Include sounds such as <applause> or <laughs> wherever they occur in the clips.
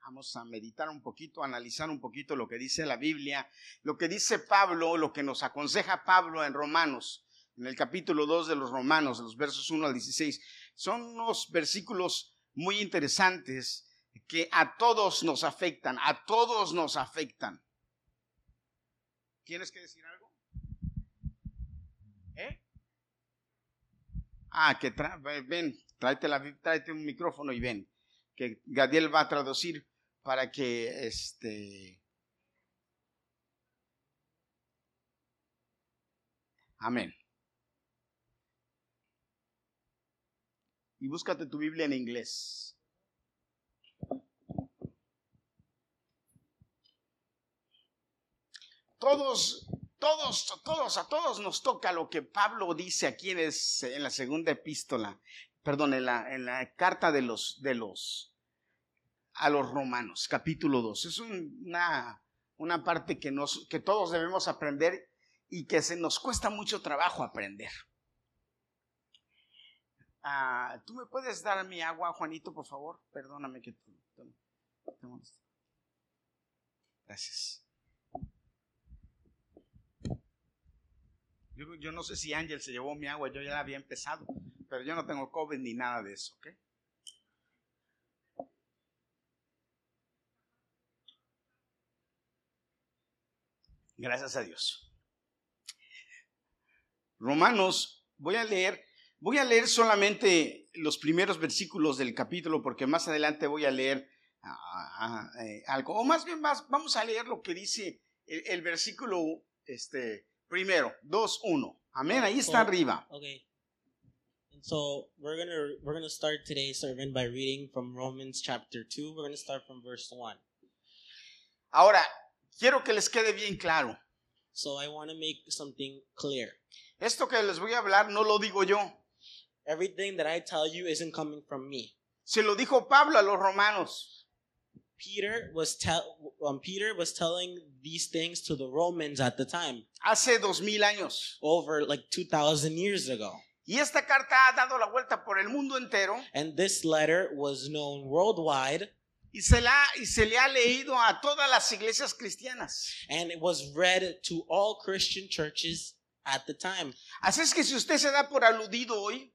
Vamos a meditar un poquito, a analizar un poquito lo que dice la Biblia, lo que dice Pablo, lo que nos aconseja Pablo en Romanos, en el capítulo 2 de los Romanos, los versos 1 al 16. Son unos versículos muy interesantes que a todos nos afectan, a todos nos afectan. ¿Tienes que decir algo? ¿Eh? Ah, que tra ven, tráete, la, tráete un micrófono y ven, que Gadiel va a traducir para que este... Amén. Y búscate tu Biblia en inglés. todos, todos, todos, a todos nos toca lo que Pablo dice aquí en, el, en la segunda epístola, perdón, en la, en la, carta de los, de los, a los romanos, capítulo 2. Es una, una parte que, nos, que todos debemos aprender y que se nos cuesta mucho trabajo aprender. Ah, ¿Tú me puedes dar mi agua, Juanito, por favor? Perdóname que te, te, te molesto. Gracias. Yo, yo, no sé si Ángel se llevó mi agua, yo ya la había empezado, pero yo no tengo COVID ni nada de eso, ¿ok? Gracias a Dios. Romanos, voy a leer, voy a leer solamente los primeros versículos del capítulo porque más adelante voy a leer ah, ah, eh, algo, o más bien más, vamos a leer lo que dice el, el versículo, este, primero, 2-1. Amén. Ahí está so, arriba. Okay. And so we're gonna we're gonna start today's sermon by reading from Romans chapter 2. We're gonna start from verse 1. Ahora, quiero que les quede bien claro. So I want to make something clear. Esto que les voy a hablar no lo digo yo. Everything that I tell you isn't coming from me. Se lo dijo Pablo a los romanos. Peter was tell um, Peter was telling these things to the Romans at the time. Hace dos mil años. Over like two thousand years ago. Y esta carta ha dado la vuelta por el mundo entero. And this letter was known worldwide. Y se, la, y se le ha leído a todas las iglesias cristianas. And it was read to all Christian churches at the time. Así es que si usted se da por aludido hoy.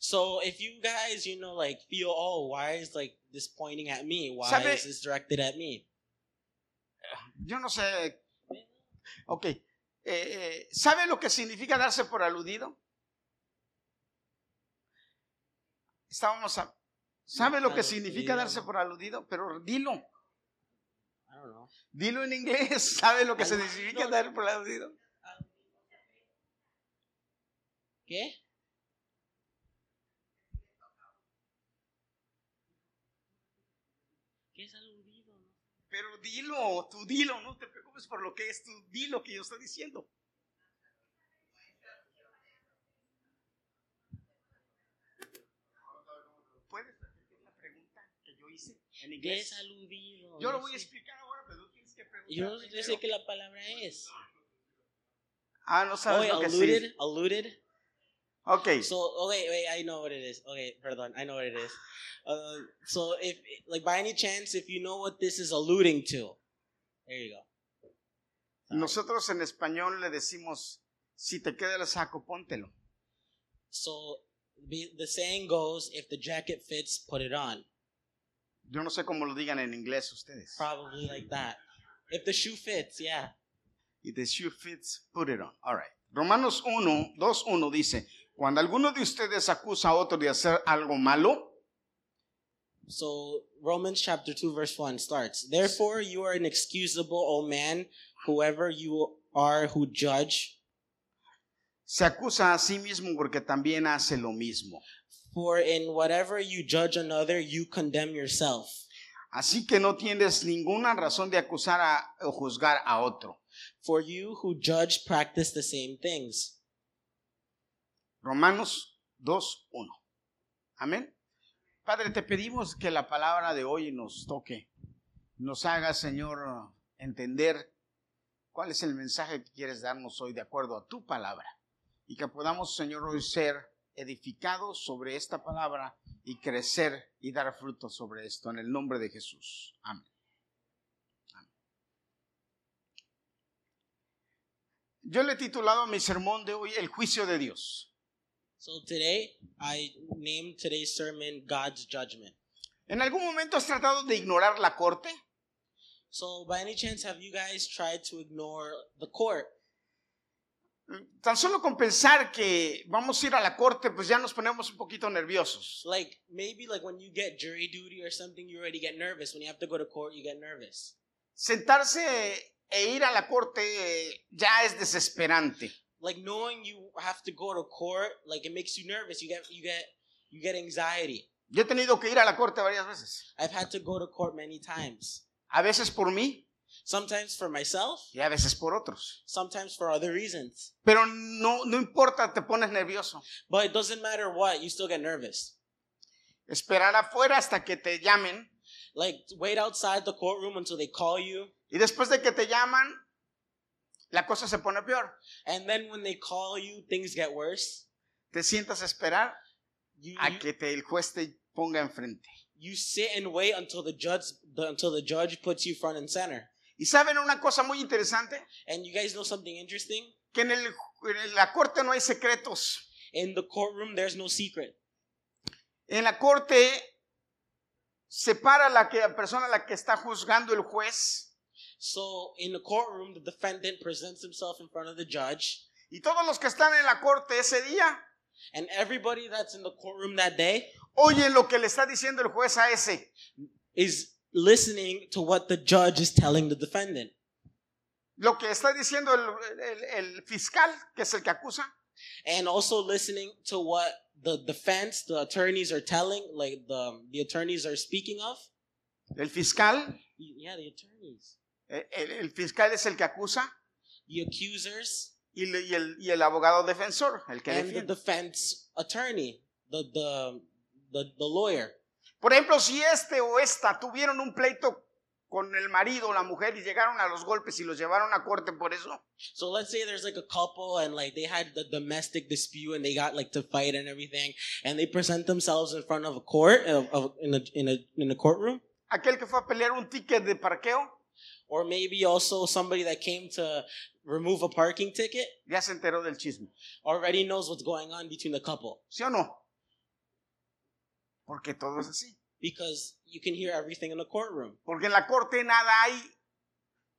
So if you guys, you know, like feel, oh, why is like this pointing at me? Why ¿Sabe? is this directed at me? Yo no sé. Ok. Eh, eh, ¿Sabe lo que significa darse por aludido? Estábamos a, ¿Sabe lo que significa darse por aludido? Pero dilo. Dilo en inglés. <laughs> ¿Sabe lo que significa dar por aludido? ¿Qué? Pero dilo, tú dilo, no te preocupes por lo que es, tú dilo que yo estoy diciendo. ¿Puedes repetir la pregunta que yo hice en inglés? Desaludido. Yo lo voy a explicar ahora, pero tú tienes que preguntar. Yo, no- yo primero. sé que la palabra es. Ah, no Oh, sabes wait, lo que sí. alluded, alluded. Ok, So, oh wait, wait, I know what it is. Okay, perdón, I know what it is. Uh, so, if like by any chance, if you know what this is alluding to, there you go. nosotros en español le decimos, si te queda el saco, póntelo. So, the, the saying goes, if the jacket fits, put it on. Yo no sé cómo lo digan en inglés ustedes. Probably like that. If the shoe fits, yeah. If the shoe fits, put it on. All right. Romanos 1, 2, 1 dice, cuando alguno de ustedes acusa a otro de hacer algo malo, So Romans chapter 2 verse 1 starts. Therefore you are inexcusable, O man, whoever you are who judge, se acusa a sí mismo porque también hace lo mismo. for in whatever you judge another, you condemn yourself. Así que no tienes ninguna razón de acusar a, o juzgar a otro. For you who judge practice the same things. Romanos 2, 1. Amén. Padre, te pedimos que la palabra de hoy nos toque, nos haga, Señor, entender cuál es el mensaje que quieres darnos hoy de acuerdo a tu palabra. Y que podamos, Señor, hoy ser edificados sobre esta palabra y y crecer y dar fruto sobre esto en el nombre de Jesús. Amén. Amén. Yo le he titulado a mi sermón de hoy El juicio de Dios. So today, I named today's sermon God's Judgment. ¿En algún momento has tratado de ignorar la corte? So, by any chance, have you guys tried to ignore the court? Tan solo con pensar que vamos a ir a la corte, pues ya nos ponemos un poquito nerviosos. Like, maybe like when you get jury duty or something, you already get nervous. When you have to go to court, you get nervous. Sentarse e ir a la corte eh, ya es desesperante. Like knowing you have to go to court, like it makes you nervous. You get you get you get anxiety. Yo he tenido que ir a la corte varias veces. I've had to go to court many times. A veces por mí Sometimes for myself, y a veces por otros. sometimes for other reasons. Pero no, no importa, te pones nervioso. But it doesn't matter what, you still get nervous. Esperar afuera hasta que te llamen. Like wait outside the courtroom until they call you, Y después de que te llaman, la cosa se pone peor. and then when they call you, things get worse. Te sientas a esperar You, a you, que te, el juez te ponga enfrente. you sit and wait until the judge the, until the judge puts you front and center. Y saben una cosa muy interesante, And you guys know something interesting? que en, el- en la corte no hay secretos. In the courtroom, there's no secret. En la corte separa la que, la persona a la que está juzgando el juez So in the courtroom, the defendant presents himself in front of the judge, y todos los que están en la corte ese día and everybody that's in the courtroom that day oyen lo que le está diciendo el juez a ese. is listening to what the judge is telling the defendant. Lo que está diciendo el- el- el fiscal, que es el que acusa, and also listening to what the defense, the attorneys are telling, like the um, the attorneys are speaking of. el fiscal Yeah, the attorneys, Eh, El, el fiscal es el que acusa the accusers, y, le- y el, y el abogado defensor, el que and the defiende. defense attorney, the the the, the lawyer. Por ejemplo, si este o esta tuvieron un pleito con el marido o la mujer y llegaron a los golpes y los llevaron a corte por eso, So let's say there's like a couple and like they had the domestic dispute and they got like to fight and everything, and they present themselves in front of a court of, of, in a in a in a courtroom, aquel que fue a pelear un ticket de parqueo or maybe also somebody that came to remove a parking ticket ya se enteró del chisme, already knows what's going on between the couple. ¿sí o no? Porque todo es así. because you can hear everything in the courtroom. Porque en la corte nada hay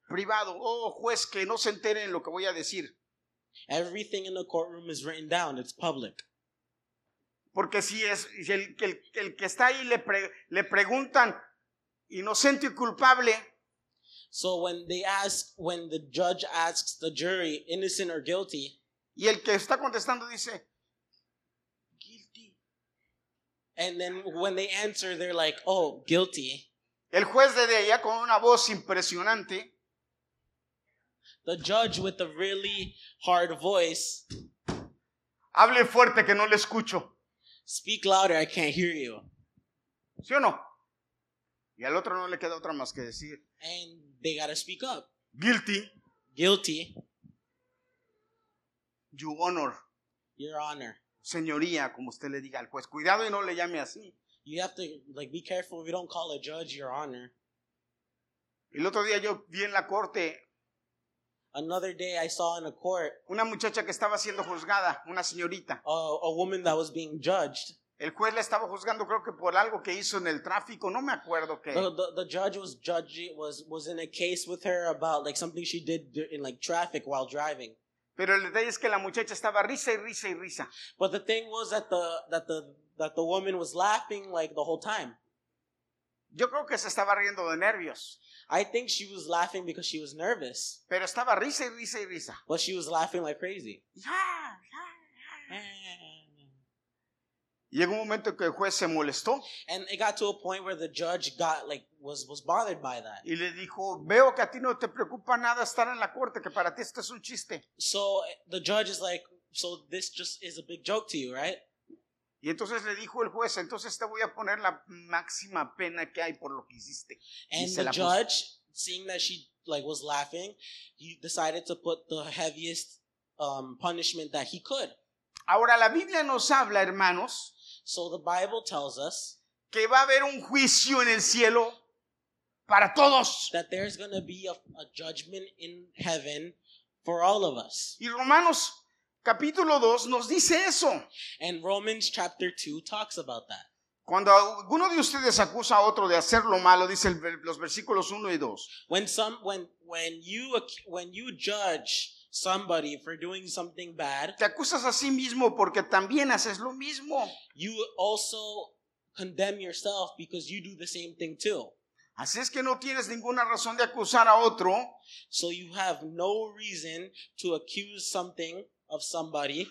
privado. Oh, juez, que no se entere en lo que voy a decir. Everything in the courtroom is written down, it's public. Porque si es si el, el- el que está ahí le, pre- le preguntan inocente y culpable, So when they ask, when the judge asks the jury, innocent or guilty, y el que está contestando dice, guilty. and then when they answer, they're like, oh, guilty. El juez de allá con una voz impresionante The judge with a really hard voice, hable fuerte que no le escucho. speak louder, I can't hear you. ¿Sí o no? Y al otro no le queda otra más que decir And they gotta speak up. guilty, Guilty, your honor, your honor. señoría, como usted le diga al juez. Cuidado y no le llame así. You have to like be careful. We don't call a judge your honor. El otro día yo vi en la corte Another day, I saw in a court una muchacha que estaba siendo juzgada, una señorita. a, a woman that was being judged, El juez la estaba juzgando, creo que por algo que hizo en el tráfico, no me acuerdo qué. The, the, the judge was judging was was in a case with her about like something she did dur- in like traffic while driving. Pero el detalle es que la muchacha estaba risa y risa y risa. But the thing was that the that the that the woman was laughing like the whole time. Yo creo que se estaba riendo de nervios, I think she was laughing because she was nervous, pero estaba risa y risa y risa. ah, but she was laughing like crazy. Ya, ya, ya. Llegó un momento que el juez se molestó And it got to a point where the judge got like was was bothered by that. y le dijo, veo que a ti no te preocupa nada estar en la corte, que para ti esto es un chiste. So the judge is like, so this just is a big joke to you, right? Y entonces le dijo el juez, entonces te voy a poner la máxima pena que hay por lo que hiciste. Y And se the la puso. judge, seeing that she like was laughing, he decided to put the heaviest um, punishment that he could. Ahora la Biblia nos habla, hermanos, So the Bible tells us que va a haber un juicio en el cielo para todos. that there's going to be a, a judgment in heaven for all of us. Y Romanos capítulo 2 nos dice eso. And Romans chapter 2 talks about that. Cuando alguno de ustedes acusa a otro de hacer lo malo, dice el ver- los versículos 1 y 2, When some when when you ac- when you judge somebody for doing something bad, te acusas a sí mismo porque también haces lo mismo. you also condemn yourself because you do the same thing too. Así es que no tienes ninguna razón de acusar a otro So you have no reason to accuse something of somebody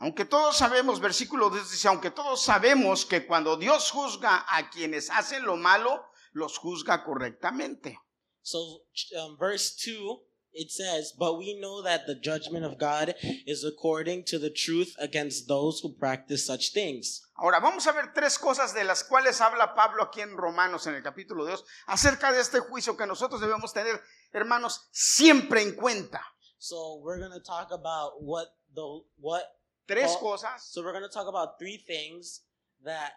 Aunque todos sabemos, versículo 10 dice, aunque todos sabemos que cuando Dios juzga a quienes hacen lo malo, los juzga correctamente. So, um, verse 2, it says, But we know that the judgment of God is according to the truth against those who practice such things. Ahora, vamos a ver tres cosas de las cuales habla Pablo aquí en Romanos, en el capítulo 2, acerca de este juicio que nosotros debemos tener, hermanos, siempre en cuenta. So, we're going to talk about what the, what, Tres Oh. cosas so we're going to talk about three things that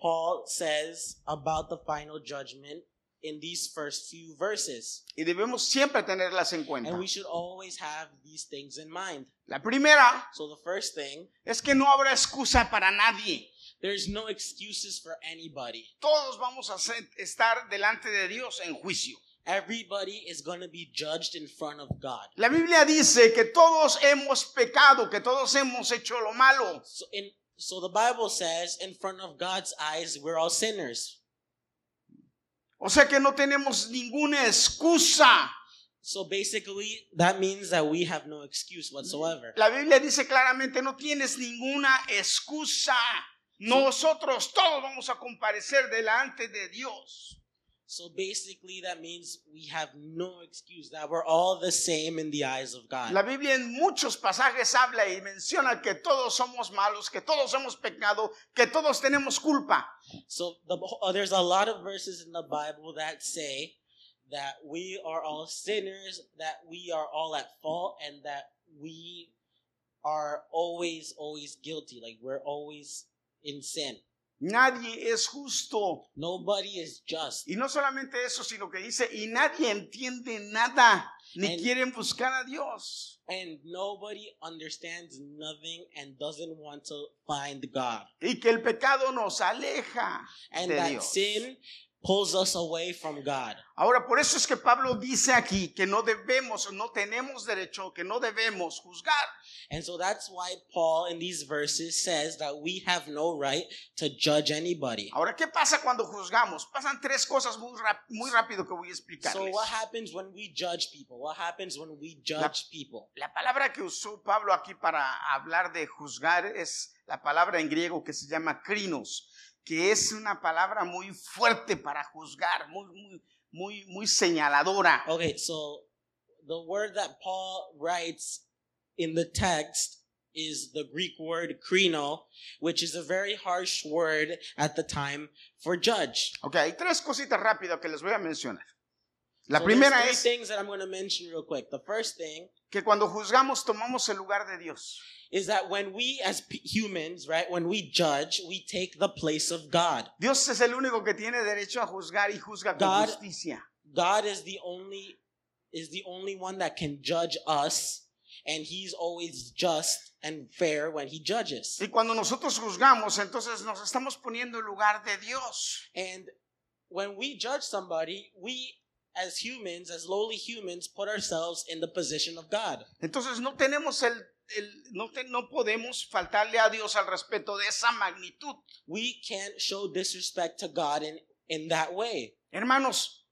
Paul says about the final judgment in these first few verses. y debemos siempre tenerlas en cuenta. And we should always have these things in mind. La primera So, the first thing, es que no habrá excusa para nadie. there's no excuses for anybody. Todos vamos a ser- estar delante de Dios en juicio. Everybody is going to be judged in front of God. La Biblia dice que todos hemos pecado, que todos hemos hecho lo malo. So in so the Bible says in front of God's eyes we're all sinners. O sea que no tenemos ninguna excusa. So basically that means that we have no excuse whatsoever. La Biblia dice claramente, no tienes ninguna excusa. Nosotros todos vamos a comparecer delante de Dios. So basically that means we have no excuse that we're all the same in the eyes of La God. Biblia en muchos pasajes habla y menciona que todos somos malos, que todos hemos pecado, que todos tenemos culpa. So the, oh, there's a lot of verses in the Bible that say that we are all sinners, that we are all at fault and that we are always always guilty like we're always in sin. Nadie es justo. Nobody is just. Y no solamente eso, sino que dice, y nadie entiende nada, ni El- quieren buscar a Dios. And nobody understands nothing and doesn't want to find God. Y que el pecado nos aleja And de that Dios. sin pulls us away from God. Ahora, por eso es que Pablo dice aquí que no debemos, no tenemos derecho, que no debemos juzgar. And so that's why Paul in these verses says that we have no right to judge anybody. Ahora, ¿qué pasa cuando juzgamos? Pasan tres cosas muy, rap- muy rápido que voy a So explicarles. what happens when we judge people? What happens when we judge people? La palabra que usó Pablo aquí para hablar de juzgar es la palabra en griego que se llama crinos, que es una palabra muy fuerte para juzgar, muy, muy, muy, muy señaladora. Okay, so the word that Paul writes in the text is the Greek word krino, which is a very harsh word at the time for judge. Ok, hay tres cositas rápidas que les voy a mencionar. La So there's primera three es things that I'm going to mention real quick. The first thing que cuando juzgamos tomamos el lugar de Dios. is that when we as p- humans, right, when we judge, we take the place of God. Dios es el único que tiene derecho a juzgar y juzga con God- justicia. God is the only is the only one that can judge us, and He's always just and fair when He judges. Y cuando nosotros juzgamos, entonces nos estamos poniendo en lugar de Dios. And when we judge somebody, we as humans, as lowly humans, put ourselves in the position of God. Entonces no tenemos el, el- no, te- no podemos faltarle a Dios al respeto de esa magnitud. We can't show disrespect to God in, in that way. Hermanos,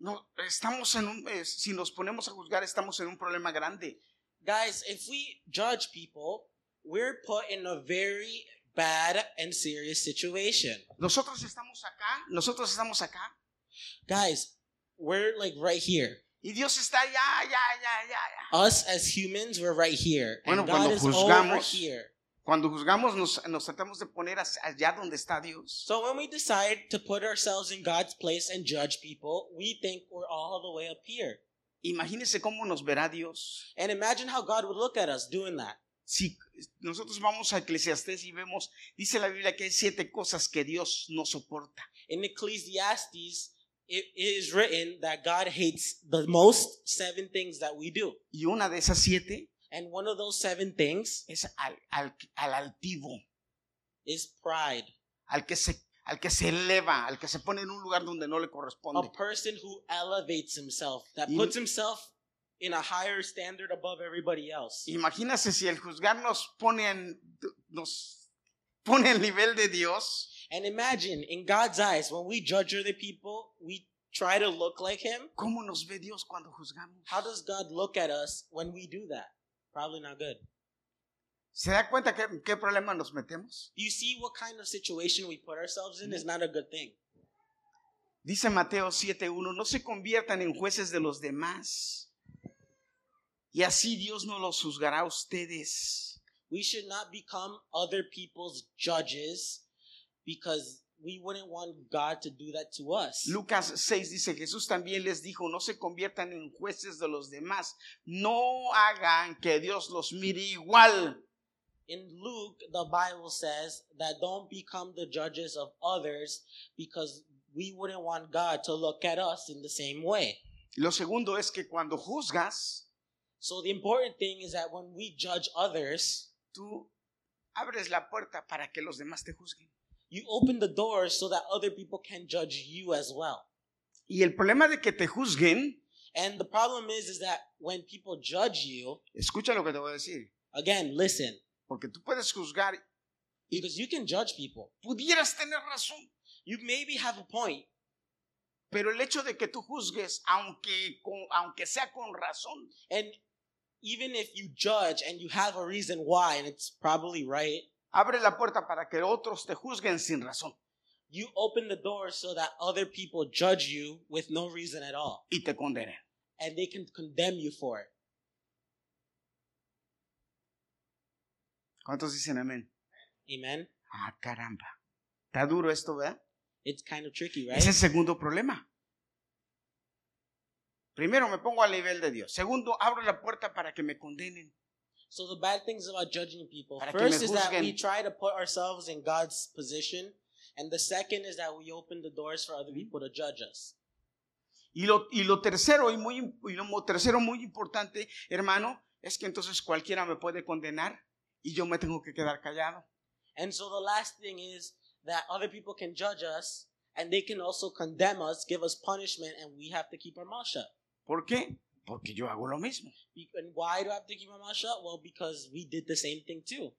no, estamos en un, eh, si nos ponemos a juzgar, estamos en un problema grande. Guys, if we judge people, we're put in a very bad and serious situation. Nosotros estamos acá, nosotros estamos acá, Guys, we're like right here. y Dios está allá, allá, allá, allá. allá. Us as humans, we're right here. And Bueno, God cuando is over juzgamos- here. Cuando juzgamos, nos, nos tratamos de poner as- allá donde está Dios. So when we decide to put ourselves in God's place and judge people, we think we're all the way up here. Imagínense cómo nos verá Dios. And imagine how God would look at us doing that. Si nosotros vamos a Eclesiastés y vemos, dice la Biblia que hay siete cosas que Dios no soporta. In Ecclesiastes, it is written that God hates the most seven things that we do. Y una de esas siete And one of those seven things es al, al- al altivo, is pride. al que, se, al que se eleva, al que se pone en un lugar donde no le A corresponde. person who elevates himself, that Y- puts himself in a higher standard above everybody else. Imagínense si el juzgar nos pone en, nos pone al nivel de Dios. And imagine, in God's eyes, when we judge other people, we try to look like Him. ¿Cómo nos ve Dios cuando juzgamos? How does God look at us when we do that? Probably not good. ¿Se da cuenta que, qué problema nos metemos? You see what kind of situation we put ourselves in is not a good thing. Dice Mateo 7.1, no se conviertan en jueces de los demás. Y así Dios no los juzgará a ustedes. We should not become other people's judges because we wouldn't want God to do that to us. Lucas 6 dice, Jesús también les dijo, no se conviertan en jueces de los demás. No hagan que Dios los mire igual. In Luke, the Bible says that don't become the judges of others because we wouldn't want God to look at us in the same way. Lo segundo es que cuando juzgas, So the important thing is that when we judge others, tú abres la puerta para que los demás te juzguen. you open the door so that other people can judge you as well. Y el problema de que te juzguen, And the problem is is that when people judge you, escucha lo que te voy a decir, again, listen, porque tú puedes juzgar because you can judge people. pudieras tener razón, You maybe have a point, pero el hecho de que tú juzgues, aunque, con- aunque sea con razón, and even if you judge and you have a reason why, and it's probably right, abre la puerta para que otros te juzguen sin razón you open the door so that other people judge you with no reason at all, y te condenen. and they can condemn you for it. ¿Cuántos dicen amén? Amen. Ah, caramba. Está duro esto, ¿verdad? It's kind of <laughs> tricky, Es el right? segundo problema. Primero me pongo al nivel de Dios. Segundo, abro la puerta para que me condenen. So the bad things about judging people Para que me first is that juzguen. we try to put ourselves in God's position, and the second is that we open the doors for other people to judge us. Y lo, y lo tercero, y, muy, im- y lo mo- tercero muy importante, hermano, es que entonces cualquiera me puede condenar y yo me tengo que quedar callado. And so the last thing is that other people can judge us, and they can also condemn us, give us punishment, and we have to keep our mouth shut. ¿Por qué? Porque yo hago lo mismo. Be- And why do I have to keep my mouth shut? Well, because we did the same thing too.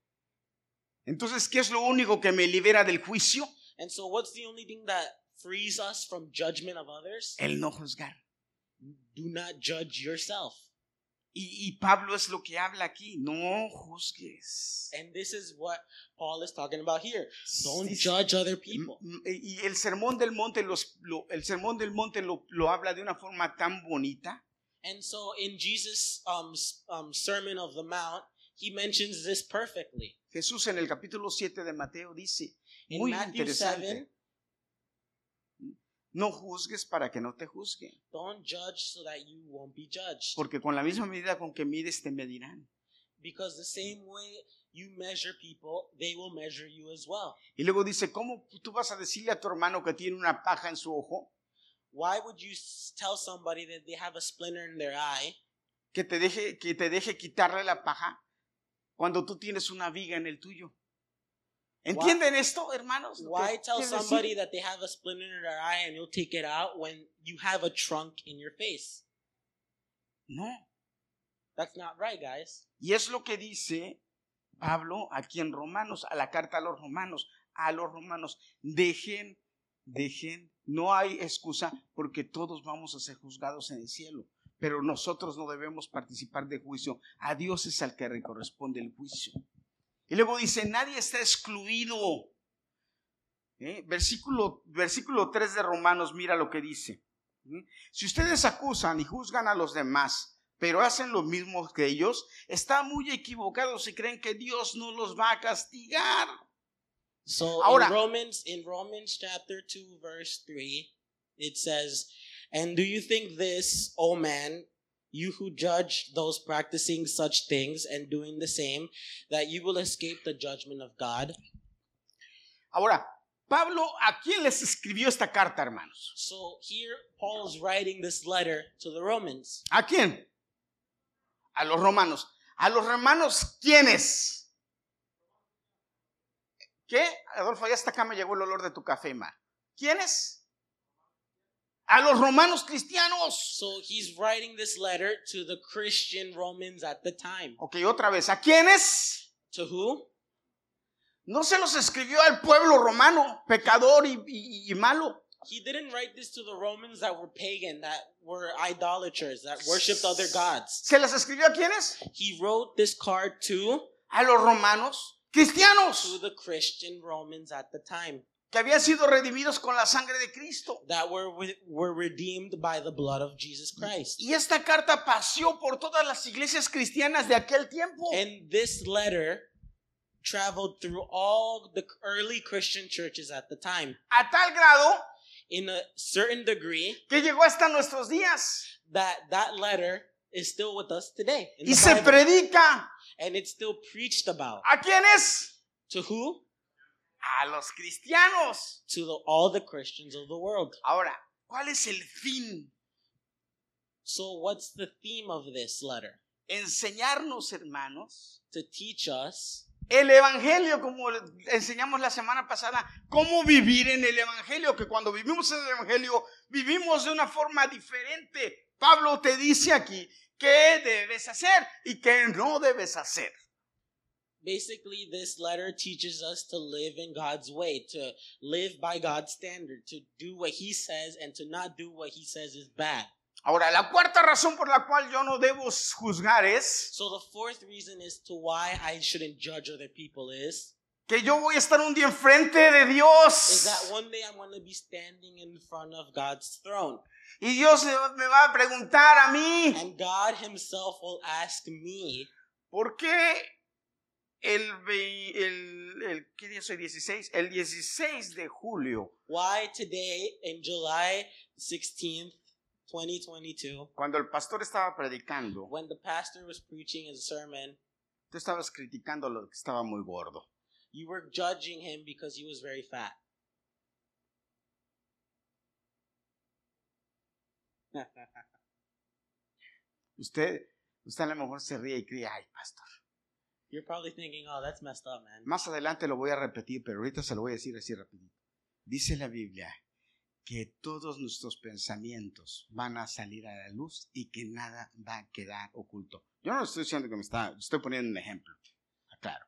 Entonces, ¿qué es lo único que me libera del juicio? And so, what's the only thing that frees us from judgment of others? El no juzgar. Do not judge yourself. Y, y Pablo es lo que habla aquí, no juzgues. And this is what Paul is talking about here. Don't Dice- judge other people. Mm, mm, Y el sermón del monte, los- lo- el sermón del monte lo, lo habla de una forma tan bonita. And so, in Jesus' um, s- um, Sermon of the Mount, he mentions this perfectly. Jesús en el capítulo 7 de Mateo dice, In muy Matthew 7, interesante, no juzgues para que no te juzguen, don't judge so that you won't be judged. porque con la misma medida con que mides te medirán. Because the same way you measure people, they will measure you as well. Y luego dice, ¿cómo tú vas a decirle a tu hermano que tiene una paja en su ojo Why would you s- tell somebody that they have a splinter in their eye que te deje, que te deje quitarle la paja cuando tú tienes una viga en el tuyo? ¿Entienden esto, hermanos? lo que Why tell quiero decir? somebody that they have a splinter in their eye and you'll take it out when you have a trunk in your face? No, That's not right, guys. Y es lo que dice Pablo aquí en Romanos, a la carta a los romanos, a los romanos, dejen, dejen, no hay excusa porque todos vamos a ser juzgados en el cielo, pero nosotros no debemos participar de juicio, a Dios es al que le corresponde el juicio. Y luego dice, nadie está excluido. ¿Eh? Versículo, versículo 3 de Romanos, mira lo que dice. ¿Mm? Si ustedes acusan y juzgan a los demás, pero hacen lo mismo que ellos, están muy equivocados si creen que Dios no los va a castigar. So Ahora- in Romans in Romans chapter 2 verse 3 it says, "And do you think this, O man, you who judge those practicing such things and doing the same, that you will escape the judgment of God. Ahora, Pablo, ¿a quién les escribió esta carta, hermanos? So here, Paul is writing this letter to the Romans. ¿A quién? A los romanos. ¿A los romanos quiénes? ¿Qué? Adolfo, ya hasta acá me llegó el olor de tu café, Mar. ¿Quiénes? A los romanos cristianos. So he's writing this letter to the Christian Romans at the time. Ok, otra vez. ¿A quiénes? To who? No se los escribió al pueblo romano, pecador y, y- y malo. He didn't write this to the Romans that were pagan, that were idolaters, that worshipped other gods. ¿Se los escribió a quiénes? He wrote this card to A los romanos to cristianos, the Christian Romans at the time que habían sido redimidos con la sangre de Cristo. that were wi- were redeemed by the blood of Jesus Christ. Y esta carta paseó por todas las iglesias cristianas de aquel tiempo. And this letter traveled through all the early Christian churches at the time a tal grado in a certain degree que llegó hasta nuestros días that that letter is still with us today in y the se Bible. predica. and it's still preached about ¿A quiénes? to who A los cristianos. to the, all the Christians of the world. Ahora, ¿cuál es el fin? So what's the theme of this letter? Enseñarnos, hermanos, To teach us el Evangelio, como enseñamos la semana pasada, cómo vivir en el Evangelio, que cuando vivimos en el Evangelio vivimos de una forma diferente. Pablo te dice aquí qué debes hacer y qué no debes hacer. basically this letter teaches us to live in God's way, to live by God's standard, to do what he says and to not do what he says is bad. Ahora, la cuarta razón por la cual yo no debo juzgar es So the fourth reason as to why I shouldn't judge other people is que yo voy a estar un día enfrente de is that Dios one day I'm going to be standing in front of God's throne y Dios me va- me va a preguntar a mí, and God himself will ask me ¿por qué el, ve- el, el- ¿qué día soy? 16, el 16 de julio, why today in July 16th, 2022, cuando el pastor estaba predicando, when the pastor was preaching his sermon, tú estabas criticando lo que estaba muy gordo. you were judging him because he was very fat. Usted, usted a lo mejor se ríe y cree, ay, pastor. You're probably thinking, oh, that's messed up, man. Más adelante lo voy a repetir, pero ahorita se lo voy a decir así rapidito. Dice la Biblia que todos nuestros pensamientos van a salir a la luz y que nada va a quedar oculto. Yo no estoy diciendo que me está, estoy poniendo un ejemplo, claro.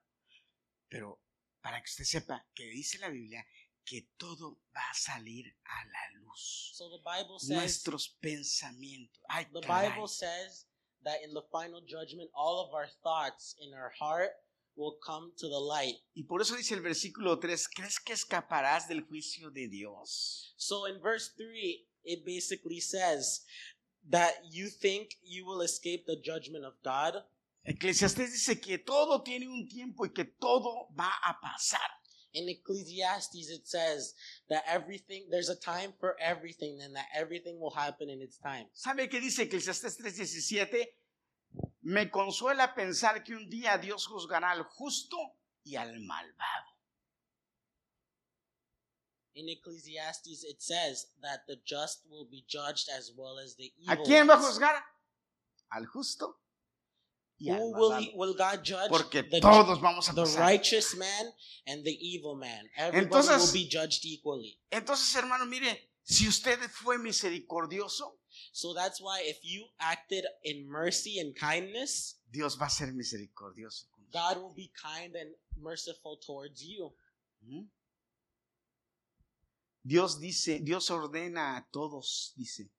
Pero para que usted sepa que dice la Biblia que todo va a salir a la luz. So the Bible says, Nuestros pensamientos. Ay, the caray. Bible says that in the final judgment, all of our thoughts in our heart will come to the light. Y por eso dice el versículo 3, ¿crees que escaparás del juicio de Dios? So in verse 3, it basically says that you think you will escape the judgment of God. Eclesiastés dice que todo tiene un tiempo y que todo va a pasar. In Ecclesiastes, it says that everything, there's a time for everything and that everything will happen in its time. ¿Sabe qué dice Eclesiastés 3:17? Me consuela pensar que un día Dios juzgará al justo y al malvado. In Ecclesiastes, it says that the just will be judged as well as the ¿A evil. quién va a ones. juzgar? Al justo y al Who will, he, malvado. will God judge? Porque the, todos vamos a the pasar. righteous man and the evil man. Everybody Entonces- will be judged equally. Entonces, hermano, mire, si usted fue misericordioso, So that's why if you acted in mercy and kindness, Dios va a ser misericordioso. con usted. God will be kind and merciful towards you. ¿Mm? Dios dice, Dios ordena a todos, dice,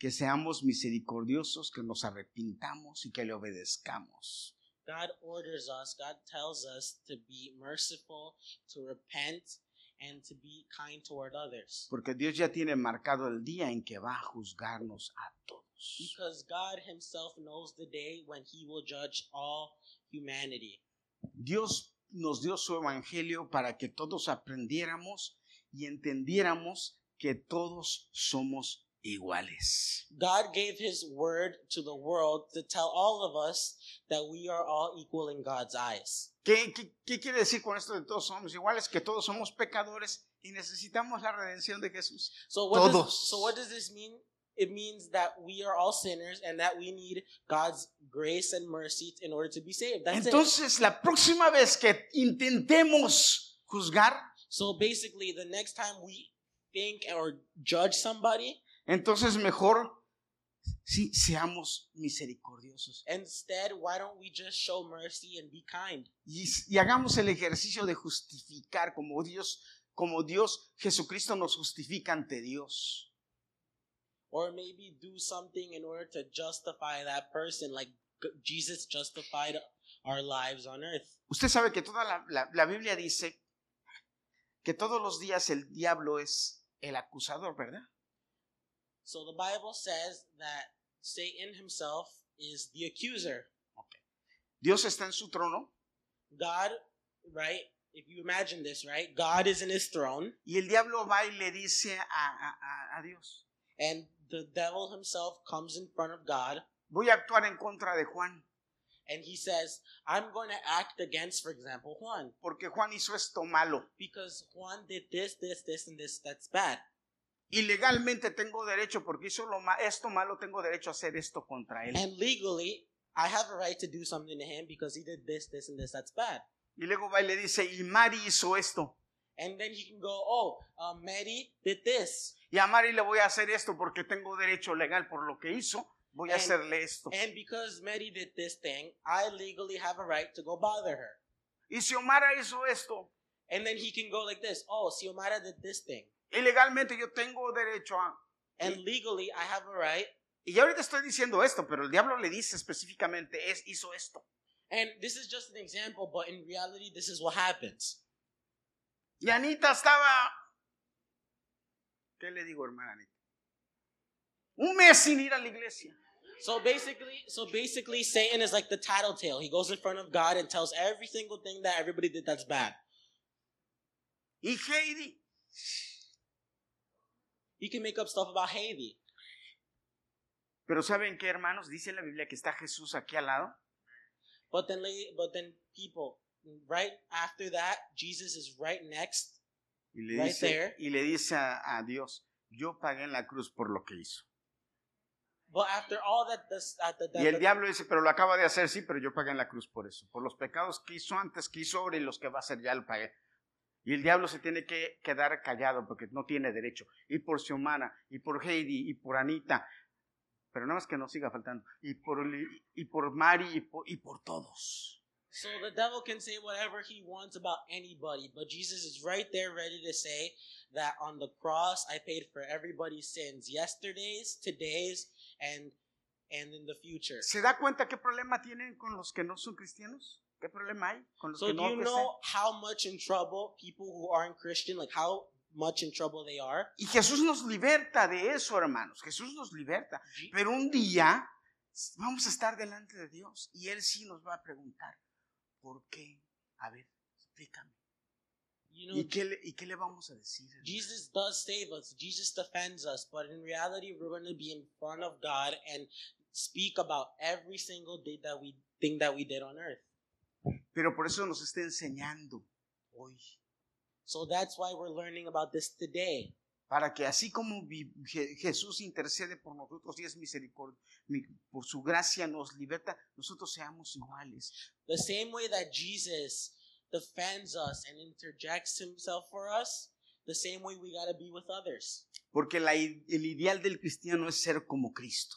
que seamos misericordiosos, que nos arrepintamos y que le obedezcamos. God orders us, God tells us to be merciful, to repent, and to be kind toward others. Porque Dios ya tiene marcado el día en que va a juzgarnos a todos. Because God Himself knows the day when He will judge all humanity. Dios nos dio su evangelio para que todos aprendiéramos y entendiéramos que todos somos iguales. God gave his word to the world to tell all of us that we are all equal in God's eyes. ¿Qué, qué, qué quiere decir con esto de todos somos iguales? Que todos somos pecadores y necesitamos la redención de Jesús. So what does, Todos. so what does this mean? It means that we are all sinners and that we need God's grace and mercy in order to be saved. That's it. Entonces, la próxima vez que intentemos juzgar, So basically, the next time we think or judge somebody, entonces mejor sí, seamos misericordiosos instead, why don't we just show mercy and be kind? y, y hagamos el ejercicio de justificar como Dios, como Dios Jesucristo nos justifica ante Dios. Or maybe do something in order to justify that person, like G- Jesus justified our lives on earth. Usted sabe que toda la, la- la Biblia dice que todos los días el diablo es el acusador, ¿verdad? So the Bible says that Satan himself is the accuser. Dios está en su trono God, right? If you imagine this, right? God is in his throne, y el diablo va y le dice a, a- a- a Dios, and the devil himself comes in front of God, voy a actuar en contra de Juan, and he says, I'm going to act against, for example, Juan, porque Juan hizo esto malo because Juan did this, this, this, and this that's bad. y legalmente tengo derecho, porque hizo lo ma- esto malo, tengo derecho a hacer esto contra él. And legally, I have a right to do something to him because he did this, this, and this that's bad. Y luego va y le dice, y Mari hizo esto, And then he can go, oh, uh, Mary did this. y a Mari le voy a hacer esto porque tengo derecho legal por lo que hizo, voy a And- hacerle esto. And because Mary did this thing, I legally have a right to go bother her. Y si Omara hizo esto, And then he can go like this, oh, Siomara did this thing. ilegalmente yo tengo derecho a... And legally, I have a right. Y ya ahorita estoy diciendo esto, pero el diablo le dice específicamente, es, hizo esto. And this is just an example, but in reality, this is what happens. Y Anita estaba... ¿Qué le digo, hermana Anita? Un mes sin ir a la iglesia. So basically, so basically, Satan is like the tattletale. He goes in front of God and tells every single thing that everybody did that's bad. Y Heidi, He can make up stuff about Haiti. pero ¿saben qué, hermanos? Dice la Biblia que está Jesús aquí al lado. But then, la- but then, people, right after that, Jesus is right next. Y le Right dice, there. y le dice a, a Dios, yo pagué en la cruz por lo que hizo. But after all that, this, at the, Y el diablo dice, pero lo acaba de hacer, sí, pero yo pagué en la cruz por eso, por los pecados que hizo antes, que hizo ahora y los que va a hacer ya lo pagué. Y el diablo se tiene que quedar callado porque no tiene derecho. Y por Xiomara, y por Heidi, y por Anita, pero nada más que no siga faltando, y por, Li- y por Mari, y por, y por todos. So the devil can say whatever he wants about anybody, but Jesus is right there ready to say that on the cross I paid for everybody's sins, yesterday's, today's, and and in the future. ¿Se da cuenta qué problema tienen con los que no son cristianos? ¿Qué problema hay con los So que do no son you cristianos? know how much in trouble people who aren't Christian, like how much in trouble they are? Y Jesús nos liberta de eso, hermanos. Jesús nos liberta. Pero un día vamos a estar delante de Dios y Él sí nos va a preguntar, ¿por qué? A ver, explícame. You know, ¿Y qué le, y qué le vamos a decir? Jesus does save us. Jesus defends us, but in reality, we're going to be in front of God and speak about every single day that we thing that we did on earth. Pero por eso nos está enseñando hoy, So that's why we're learning about this today. para que así como vi- Je- Jesús intercede por nosotros y es misericordia, por su gracia nos liberta, nosotros seamos iguales. The same way that Jesus defends us and interjects himself for us, the same way we got to be with others. Porque la i- el ideal del cristiano es ser como Cristo.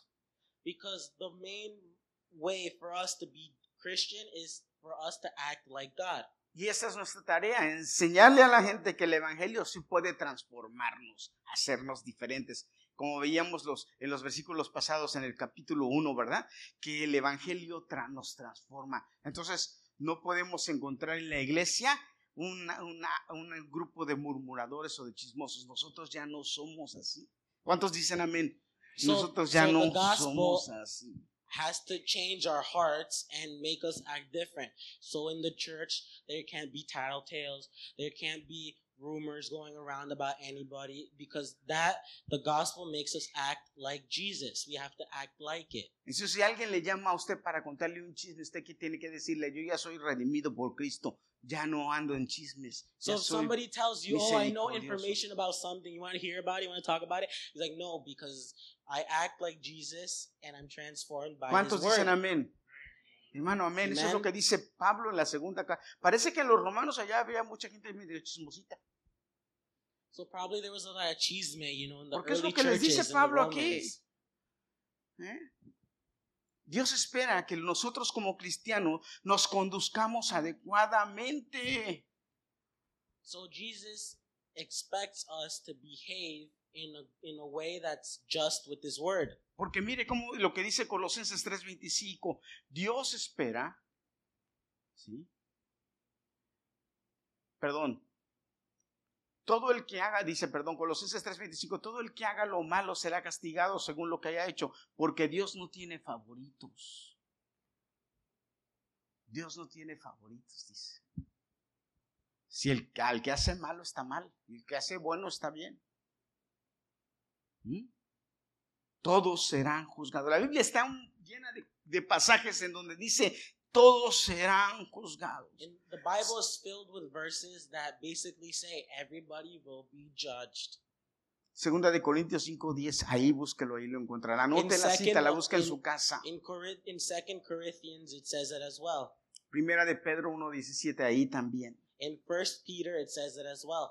Because the main way for us to be Christian is for us to act like God. Y esa es nuestra tarea, enseñarle a la gente que el Evangelio sí puede transformarnos, hacernos diferentes. Como veíamos los, en los versículos pasados en el capítulo 1, ¿verdad? Que el Evangelio tra- nos transforma. Entonces, no podemos encontrar en la iglesia una- una- un grupo de murmuradores o de chismosos. Nosotros ya no somos así. ¿Cuántos dicen amén? So- Nosotros ya so no the gospel- somos así. Has to change our hearts and make us act different. So in the church, there can't be tattletales. There can't be rumors going around about anybody because that the gospel makes us act like Jesus. We have to act like it. Entonces, si alguien le llama a usted para contarle un chisme, usted que tiene que decirle, yo ya soy redimido por Cristo, ya no ando en chismes. So ya if soy-" somebody tells you, "Oh, I know misericordioso. information about something. You want to hear about it? You want to talk about it?" He's like, "No, because I act like Jesus and I'm transformed by His ¿Cuántos dicen word." amén? Hermano, amén. Eso es Amén. lo que dice Pablo en la segunda carta. Parece que en los romanos allá había mucha gente medio chismosita. So probably there was a lot of chisme, you know, in the Porque es lo early que les dice churches in the Pablo aquí. Romans. ¿eh? Dios espera que nosotros como cristianos nos conduzcamos adecuadamente. So Jesus expects us to behave in a, in a way that's just with His word. Porque mire cómo lo que dice Colosenses 3:25, Dios espera, ¿sí? Perdón. Todo el que haga, dice, perdón, Colosenses 3:25, todo el que haga lo malo será castigado según lo que haya hecho, porque Dios no tiene favoritos. Dios no tiene favoritos, dice. Si el al que hace malo está mal, y el que hace bueno está bien. ¿Mm? todos serán juzgados. La Biblia está un- llena de, de pasajes en donde dice, todos serán juzgados. And the Bible is filled with verses that basically say everybody will be judged. Segunda de Corintios 5:10, ahí búsquelo, ahí lo encontrará. Anote En la second cita, la of- busca en en- su casa. In Corinth, in Second Corinthians, it says it as well. Primera de Pedro 1:17, ahí también. In First Peter, it says it as well.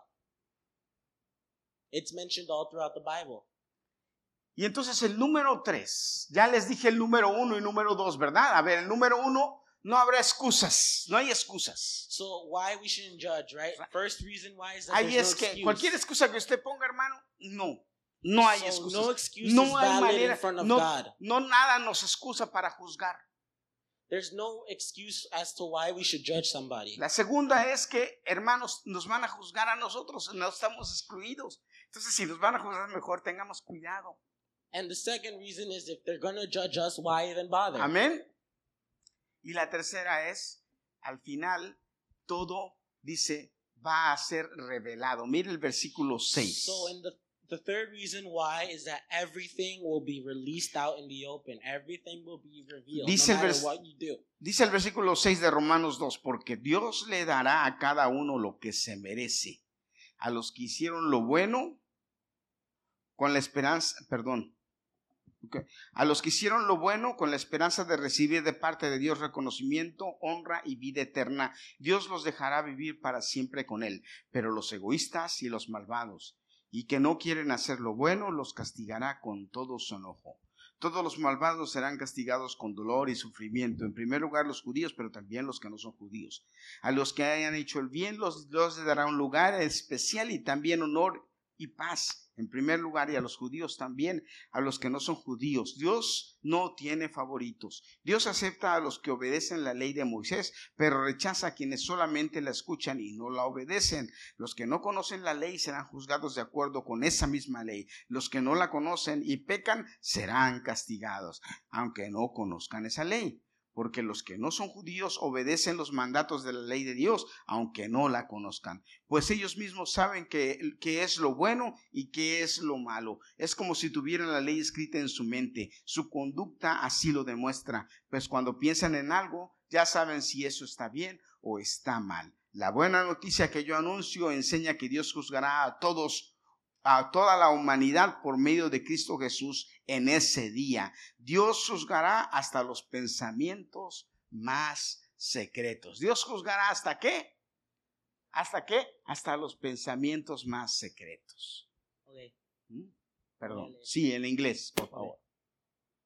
It's mentioned all throughout the Bible. Y entonces el número 3, ya les dije el número 1 y número 2, ¿verdad? A ver, el número 1, no habrá excusas, no hay excusas. So why we shouldn't judge, right? First reason why is that Ahí there's es no que excuse. cualquier excusa que usted ponga, hermano, no, no hay so excusas. no excuse No is hay valid in manera, front of no- God. No nada nos excusa para juzgar. There's no excuse as to why we should judge somebody. La segunda es que, hermanos, nos van a juzgar a nosotros, no estamos excluidos. Entonces, si nos van a juzgar mejor, tengamos cuidado. And the second reason is if they're going to judge us, why even bother? Amén. Y la tercera es, al final, todo dice, va a ser revelado. Mire el versículo 6. So, and the, the third reason why is that everything will be released out in the open. Everything will be revealed, Dice el no matter vers- what you do. Dice el versículo 6 de Romanos 2, porque Dios le dará a cada uno lo que se merece. A los que hicieron lo bueno, con la esperanza, perdón, ok, a los que hicieron lo bueno con la esperanza de recibir de parte de Dios reconocimiento, honra y vida eterna. Dios los dejará vivir para siempre con Él, pero los egoístas y los malvados, y que no quieren hacer lo bueno, los castigará con todo su enojo. Todos los malvados serán castigados con dolor y sufrimiento. En primer lugar los judíos, pero también los que no son judíos. A los que hayan hecho el bien, los, Dios les dará un lugar especial y también honor y paz. En primer lugar, y a los judíos también, a los que no son judíos. Dios no tiene favoritos. Dios acepta a los que obedecen la ley de Moisés, pero rechaza a quienes solamente la escuchan y no la obedecen. Los que no conocen la ley serán juzgados de acuerdo con esa misma ley. Los que no la conocen y pecan serán castigados, aunque no conozcan esa ley. Porque los que no son judíos obedecen los mandatos de la ley de Dios, aunque no la conozcan. Pues ellos mismos saben qué que es lo bueno y qué es lo malo. Es como si tuvieran la ley escrita en su mente. Su conducta así lo demuestra. Pues cuando piensan en algo, ya saben si eso está bien o está mal. La buena noticia que yo anuncio enseña que Dios juzgará a todos, a toda la humanidad por medio de Cristo Jesús en ese día. Dios juzgará hasta los pensamientos más secretos. Dios juzgará hasta qué? ¿Hasta qué? Hasta los pensamientos más secretos. Okay. ¿Mm? Perdón. Sí, en inglés, por favor.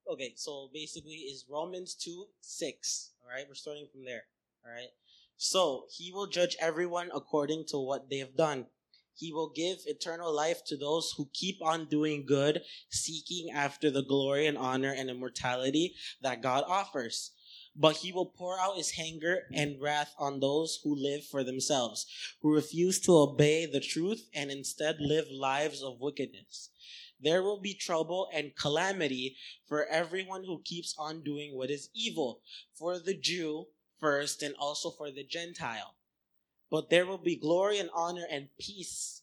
Okay, so basically is Romans 2 6. All right, we're starting from there. All right. So he will judge everyone according to what they have done. He will give eternal life to those who keep on doing good, seeking after the glory and honor and immortality that God offers. But he will pour out his anger and wrath on those who live for themselves, who refuse to obey the truth and instead live lives of wickedness. There will be trouble and calamity for everyone who keeps on doing what is evil, for the Jew first and also for the Gentile. But there will be glory and honor and peace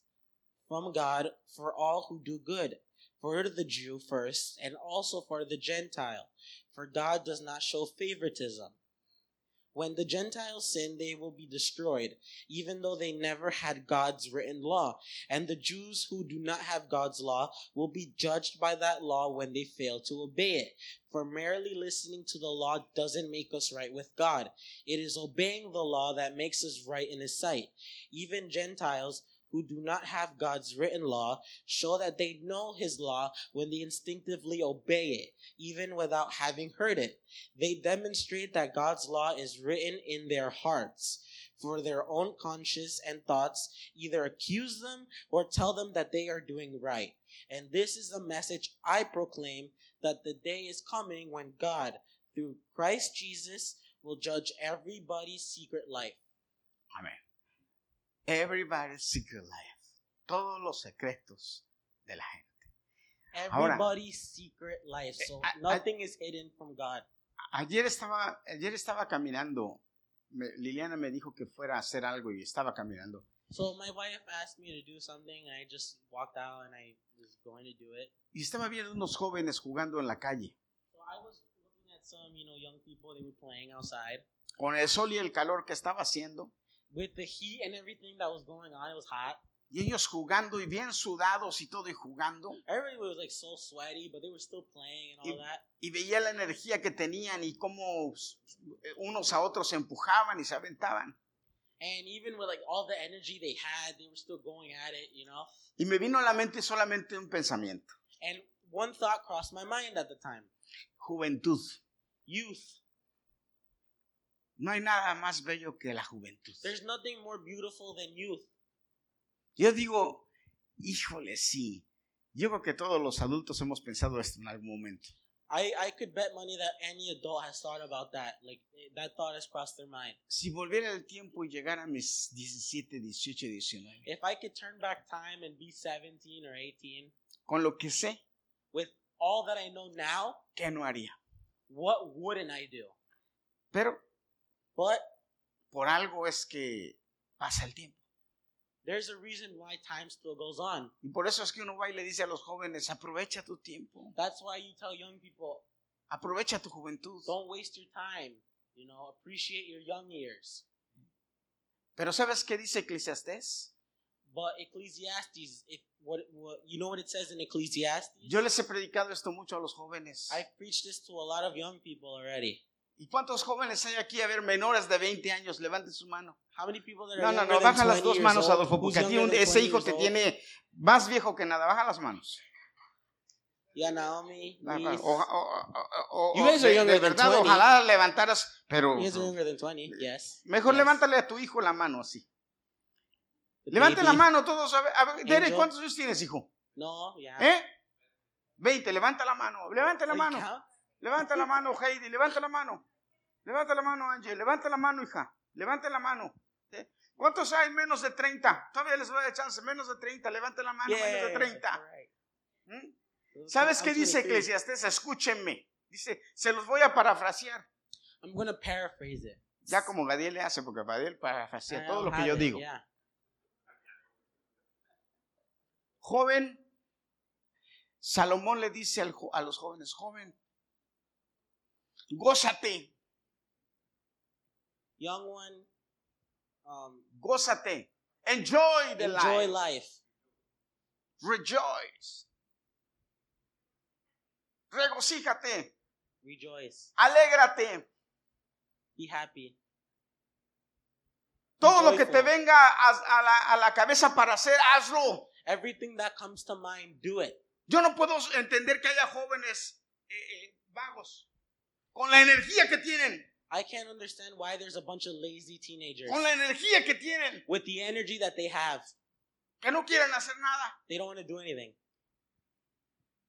from God for all who do good, for the Jew first, and also for the Gentile. For God does not show favoritism. When the Gentiles sin, they will be destroyed, even though they never had God's written law. And the Jews who do not have God's law will be judged by that law when they fail to obey it. For merely listening to the law doesn't make us right with God. It is obeying the law that makes us right in His sight. Even Gentiles who do not have God's written law show that they know His law when they instinctively obey it, even without having heard it. They demonstrate that God's law is written in their hearts, for their own conscience and thoughts either accuse them or tell them that they are doing right. And this is the message I proclaim that the day is coming when God, through Christ Jesus, will judge everybody's secret life. Everybody's secret life. Todos los secretos de la gente. Ahora- Everybody's secret life. So I- I- nothing is hidden from God. Ayer estaba, ayer estaba caminando. Me- Liliana me dijo que fuera a hacer algo y estaba caminando. So my wife asked me to do something, and I just walked out and I was going to do it. Y estaba viendo unos jóvenes jugando en la calle. So I was looking at some, you know, young people. They were playing outside Con el sol y el calor que estaba haciendo. with the heat and everything that was going on. It was hot. Y ellos jugando y bien sudados y todo y jugando. Everybody was like so sweaty, but they were still playing and all Y- that. Y veía la energía que tenían y cómo s- unos a otros se empujaban y se aventaban. And even with like all the energy they had, they were still going at it, you know. Y me vino a la mente solamente un pensamiento. And one thought crossed my mind at the time: Juventud. youth. No hay nada más bello que la juventud. There's nothing more beautiful than youth. Yo digo, híjole, sí. Yo creo que todos los adultos hemos pensado esto en algún momento. I, I could bet money that any adult has thought about that. Like eh, that thought has crossed their mind. Si volviera el tiempo y llegara a mis 17, 18, 19, If I could turn back time and be 17 or 18, con lo que sé, all that I know now, ¿qué no haría? what wouldn't I do? Pero But por algo es que pasa el tiempo. there's a reason why time still goes on. Y por eso es que uno va y le dice a los jóvenes, aprovecha tu tiempo, That's why you tell young people, aprovecha tu juventud. don't waste your time. You know, appreciate your young years. Pero ¿sabes qué dice Eclesiastés? But Ecclesiastes, if what, what you know what it says in Ecclesiastes? Yo les he predicado esto mucho a los jóvenes. I've preached this to a lot of young people already. ¿Y cuántos jóvenes hay aquí? A ver, menores de 20 años, levanten su mano. How many people that are No, no, younger no, than baja las 20 dos years manos, old, Adolfo, who's porque a ti un- younger than ese 20 hijo years te old? tiene más viejo que nada. Baja las manos. Yeah, Naomi. Baja. niece. O- o- o- o- You guys de- are de, younger than verdad, 20. ojalá levantaras, pero You guys are younger than 20, yes. mejor Yes. levántale a tu hijo la mano así. The Levante la baby. mano todos. A ver, a ver, Derek, Angel. ¿cuántos años tienes, hijo? No, yeah. ¿Eh? 20, levanta la mano, levanta la Are you mano, count? levanta la mano, Heidi, levanta la mano, levanta la mano, Ángel, levanta la mano, hija, levanta la mano. ¿Eh? ¿Cuántos hay menos de 30? Todavía les voy a dar chance, menos de 30, levanta la mano, menos de Yeah, 30. right. ¿Mm? ¿Sabes I'm qué dice 23. Eclesiastés? Escúchenme. Dice, se los voy a parafrasear. I'm going to paraphrase it. Ya como Gadiel le hace, porque Gadiel I parafrasea don't todo lo que have yo it, digo. yeah. Joven, Salomón le dice al jo- a los jóvenes, joven, gózate, Young one, um, gózate, enjoy the enjoy life, life. rejoice, regocíjate, Rejoice. alégrate, Be happy. todo lo que te joyful. venga a- a la- a la cabeza para hacer, hazlo. Everything that comes to mind, do it. Yo no puedo entender que haya jóvenes eh, eh, vagos con la energía que tienen, I can't understand why there's a bunch of lazy teenagers con la energía que tienen, with the energy that they have. que no quieren hacer nada. They don't want to do anything.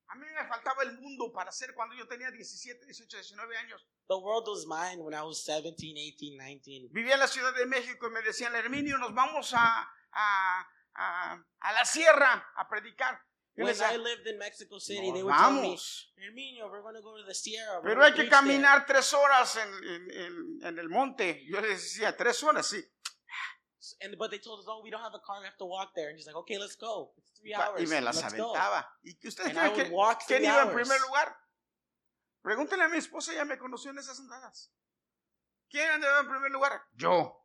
A mí me faltaba el mundo para hacer cuando yo tenía 17, 18, 19 años. The world was mine when I was 17, 18, 19. Vivía en la Ciudad de México y me decían, Herminio, nos vamos a, a, a- a la sierra a predicar. Yo When les I decía, lived in Mexico City, "Nos they would tell me, vamos, Herminio, we're going to go to the Sierra. we're pero gonna hay que preach there." caminar tres horas en, en- en- en el monte. Yo les decía, tres horas, sí. And but they told us, oh, we don't have a car. We have to walk there. And he's like, okay, let's go. It's three Pa- hours. Y me las let's go. aventaba. ¿Y que ustedes And I creen would que walk quién three iba en hours. primer lugar? Pregúntenle a mi esposa, ella me conoció en esas andadas. ¿Quién andaba en primer lugar? Yo.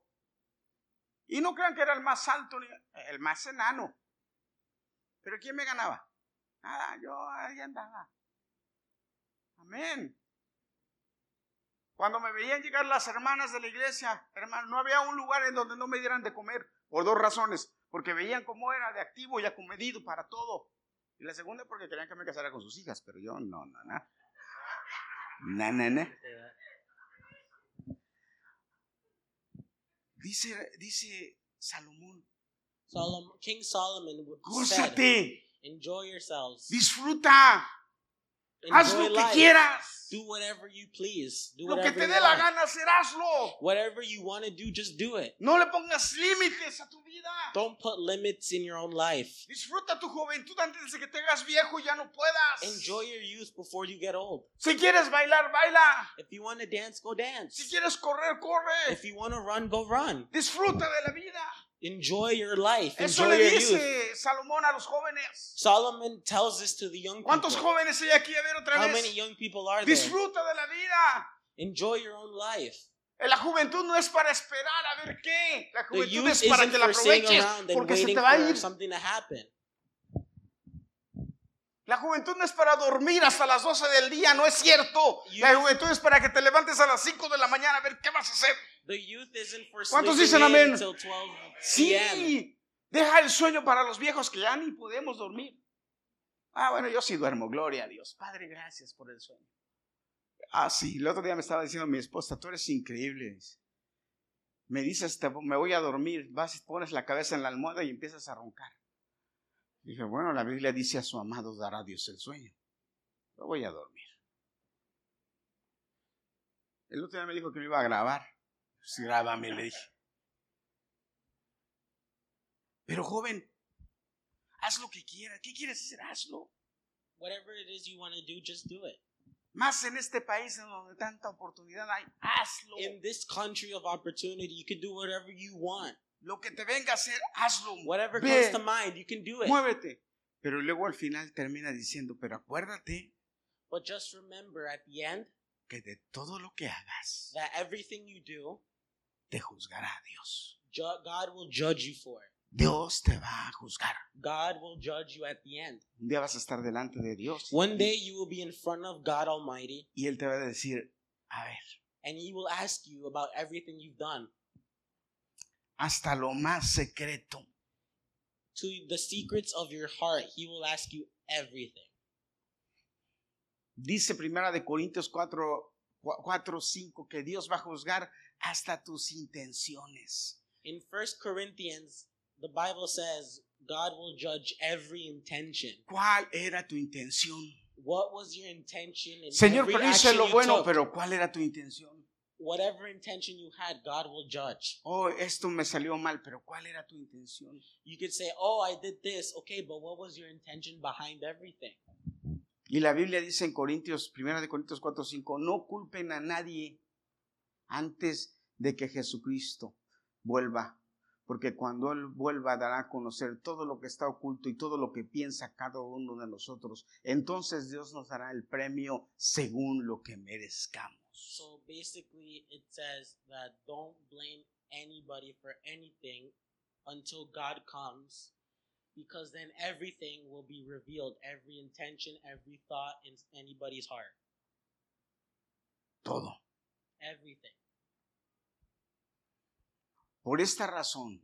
Y no crean que era el más alto, ni el más enano. Pero ¿quién me ganaba? Nada, yo ahí andaba. Amén. Cuando me veían llegar las hermanas de la iglesia, hermano, no había un lugar en donde no me dieran de comer, por dos razones, porque veían cómo era de activo y acomedido para todo. Y la segunda porque querían que me casara con sus hijas, pero yo no, no, no. Na, na, na. Dice, dice Salomón, Solomon, King Solomon said, gózate, enjoy yourselves. disfruta, haz Enjoy lo que life. quieras, Do whatever you please. Do lo que whatever te you dé la want. gana, hacer, hazlo. Whatever you want to do, just do it. No le pongas límites a tu vida. Don't put limits in your own life. Disfruta tu juventud antes de que te hagas viejo y ya no puedas. Enjoy your youth before you get old. Si quieres bailar, baila. If you want to dance, go Si dance. quieres correr, corre. If you want to run, go run. Disfruta de la vida. Enjoy your life. Eso Enjoy le your youth. dice Salomón a los jóvenes. Solomon tells this to the young ¿Cuántos people. jóvenes hay aquí a ver otra How many vez? young people are there? Disfruta de la vida. Enjoy your own life. La juventud no es para esperar a ver qué. La The juventud youth es para isn't que la for sitting aproveches around and porque se waiting te va a for ir. something to happen. La juventud no es para dormir hasta las 12 del día, no es cierto. La juventud es para que te levantes a las 5 de la mañana a ver qué vas a hacer. The youth isn't for ¿Cuántos sleeping dicen in amén? until 12 p.m. Sí, deja el sueño para los viejos que ya ni podemos dormir. Ah, bueno, yo sí duermo, gloria a Dios. Padre, gracias por el sueño. Ah, sí, el otro día me estaba diciendo mi esposa, tú eres increíble. dice. Me dices, te- me voy a dormir, vas y pones la cabeza en la almohada y empiezas a roncar. Dije, bueno, la Biblia dice a su amado dará Dios el sueño. Yo voy a dormir. El otro día me dijo que me iba a grabar. Sí, grábame, le dije. Pero joven, haz lo que quieras. ¿Qué quieres hacer? Hazlo. Whatever it is you want to do, just do it. Más en este país en donde tanta oportunidad hay, hazlo. In this country of opportunity, you can do whatever you want. Lo que te venga a hacer, hazlo. Whatever Ve, comes to mind, you can do it. muévete. Pero luego al final termina diciendo, pero acuérdate But just remember at the end que de todo lo que hagas, that everything you do, te juzgará Dios. ju- God will judge you for it. Dios te va a juzgar. God will judge you at the end. Un día vas a estar delante de Dios One day you will be in front of God Almighty y Él te va a decir, a ver, and He will ask you about everything you've done hasta lo más secreto to the secrets of your heart. He will ask you everything. Dice Primera de Corintios 4, 4, 5 que Dios va a juzgar hasta tus intenciones. In First Corinthians, the Bible says God will judge every intention. ¿Cuál era tu intención? What was your intention? in Señor, every pero hice action lo you bueno, took? pero ¿cuál era tu intención? whatever intention you had, God will judge. Oh, esto me salió mal, pero ¿cuál era tu intención? You could say, "Oh, I did this." Okay, but what was your intention behind everything? Y la Biblia dice en Corintios, Primera de Corintios 4, 5, no culpen a nadie antes de que Jesucristo vuelva, porque cuando Él vuelva dará a conocer todo lo que está oculto y todo lo que piensa cada uno de nosotros. Entonces Dios nos dará el premio según lo que merezcamos. So basically, it says that don't blame anybody for anything until God comes, because then everything will be revealed, every intention, every thought in anybody's heart, Todo. everything. Por esta razón,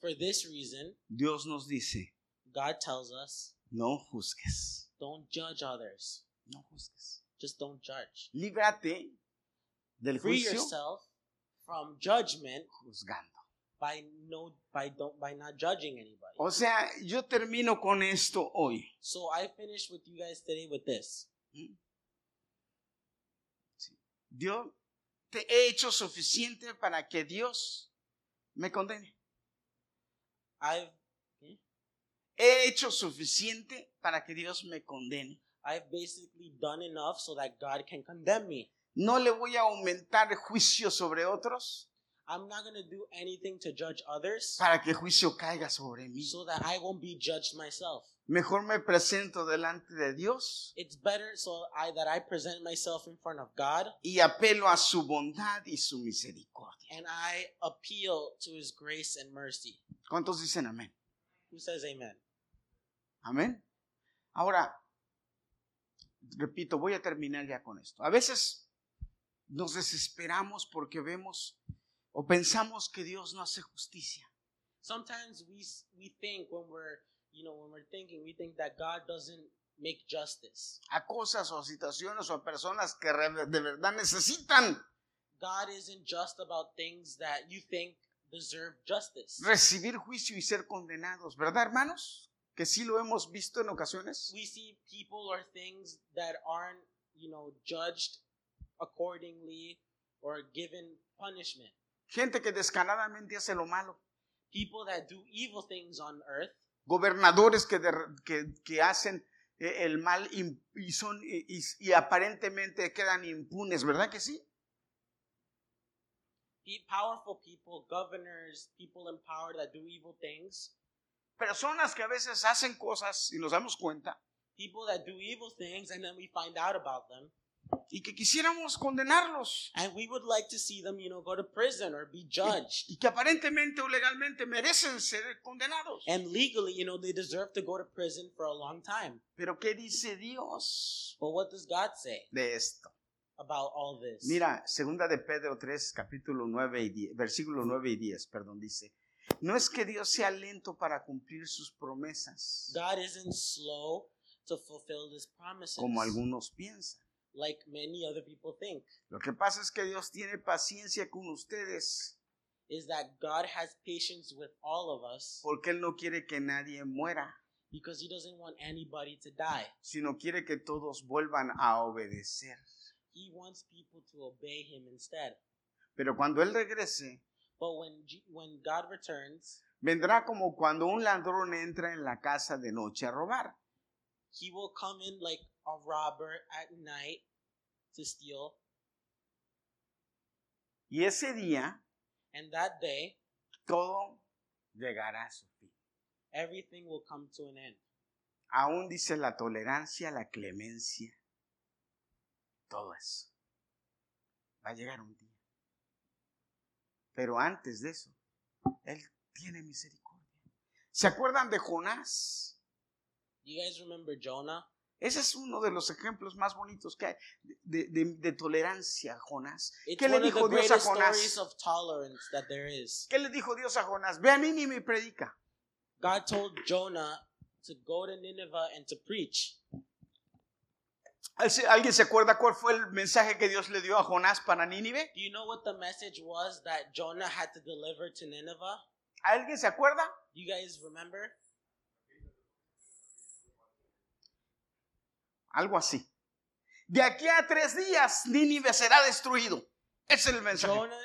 For this reason, Dios nos dice, God tells us, no juzgues, "Don't judge others. no juzgues. Just don't judge. Líbrate del Free juicio yourself from judgment." juzgando. by no by don't by not judging anybody. O sea, yo termino con esto hoy. So I finished with you guys today with this. Dios, te he hecho suficiente para que Dios me condene. I've He hecho suficiente para que Dios me condene. I've basically done enough so that God can condemn me. No le voy a aumentar juicio sobre otros I'm not going to do anything to judge others para que juicio caiga sobre mí. so that I won't be judged myself. Mejor me presento delante de Dios It's better so I that I present myself in front of God y apelo a su bondad y su misericordia. and I appeal to his grace and mercy. ¿Cuántos dicen amén? Who says amen? Amén. Ahora, repito, voy a terminar ya con esto. A veces nos desesperamos porque vemos o pensamos que Dios no hace justicia. Sometimes we s- we think when we're, you know, when we're thinking, we think that God doesn't make justice. a cosas o a situaciones o a personas que re- de verdad necesitan God isn't just about things that you think deserve justice. recibir juicio y ser condenados, ¿verdad, hermanos? Que sí lo hemos visto en ocasiones. We see people or things that aren't, you know, judged accordingly or given punishment. Gente que descaradamente hace lo malo. People that do evil things on earth, Gobernadores que, de- que, que hacen eh, el mal im- y, son, y, y- y aparentemente quedan impunes, ¿verdad que sí? pe- powerful people, governors, people in power that do evil things, Personas que a veces hacen cosas y nos damos cuenta people that do evil things and then we find out about them y que quisiéramos condenarlos and we would like to see them, you know, go to prison or be judged. y que aparentemente o legalmente merecen ser condenados. And legally, you know, they deserve to go to prison for a long time. Pero ¿qué dice Dios But what does God say? de esto? about all this. Mira, segunda de Pedro 3, capítulo 9 y 10, versículo 9 y 10, perdón, dice, no es que Dios sea lento para cumplir sus promesas, God isn't slow to fulfill his promises, como algunos piensan. like many other people think. Lo que pasa es que Dios tiene paciencia con ustedes Is that God has patience with all of us porque Él no quiere que nadie muera, because he doesn't want anybody to die. sino quiere que todos vuelvan a obedecer. He wants people to obey him instead. Pero cuando Él regrese, But when G- when God returns, vendrá como cuando un ladrón entra en la casa de noche a robar. he will come in like a robber at night to steal, Y ese día and that day todo llegará a su fin. everything will come to an end. Aún dice la tolerancia, la clemencia, todo eso. Va a llegar un día. Pero antes de eso, Él tiene misericordia. ¿Se acuerdan de Jonás? You guys remember Jonah? Ese es uno de los ejemplos más bonitos que hay de, de- de tolerancia, Jonás. It's ¿Qué le one of the dijo Dios a greatest stories Jonás? of tolerance that there is. ¿Qué le dijo Dios a Jonás? Ve a Nínive y predica. God told Jonah to go to Nineveh and to preach. ¿Al- ¿Alguien se acuerda cuál fue el mensaje que Dios le dio a Jonás para Nínive? Do you know what the message was that Jonah had to deliver to Nineveh? ¿Alguien se acuerda? Do you guys remember? Algo así. De aquí a tres días, Nínive será destruido. Ese es el mensaje. Jonah,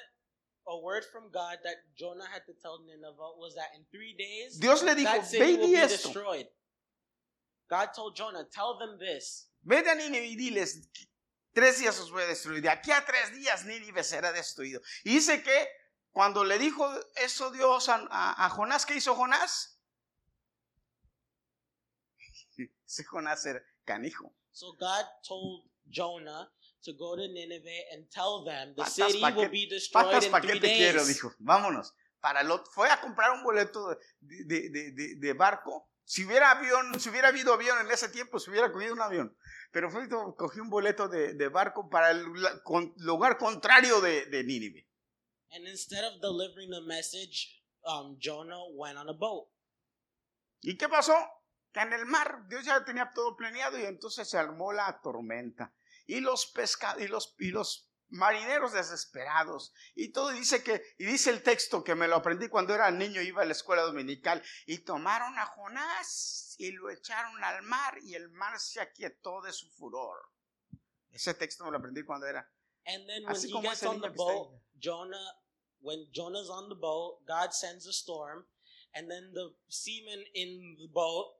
a word from God that Jonah had to tell Nineveh was that in three days, Dios le dijo, that ve city y will di be esto. destroyed. God told Jonah, tell them this. Vete a Nínive y diles, tres días os voy a destruir. De aquí a tres días, Nínive será destruido. Y dice que cuando le dijo eso Dios a, a- a Jonás, ¿qué hizo Jonás? <laughs> Ese Jonás era canijo. So God told Jonah to go to Nineveh and tell them the Patas city pa' will qué- be destroyed Patas, in ¿para three qué te quiero? days. Dijo, vámonos. Para lo, fue a comprar un boleto de, de- de- de- de barco. Si hubiera, avión, si hubiera habido avión en ese tiempo, se hubiera cogido un avión. Pero fue, cogí un boleto de, de barco para el la- con- lugar contrario de, de Nínive. And instead of delivering the message, um, Jonah went on a boat. ¿Y qué pasó? Que en el mar Dios ya tenía todo planeado y entonces se armó la tormenta. Y los pesca y los, y los marineros desesperados. Y todo y dice que, y dice el texto que me lo aprendí cuando era niño, iba a la escuela dominical. Y tomaron a Jonás y lo echaron al mar y el mar se aquietó de su furor. Ese texto me lo aprendí cuando era. And then when Así he como gets ese on niño the que está boat, ahí. Jonah, when Jonah's on the boat, God sends a storm, and then the seamen in the boat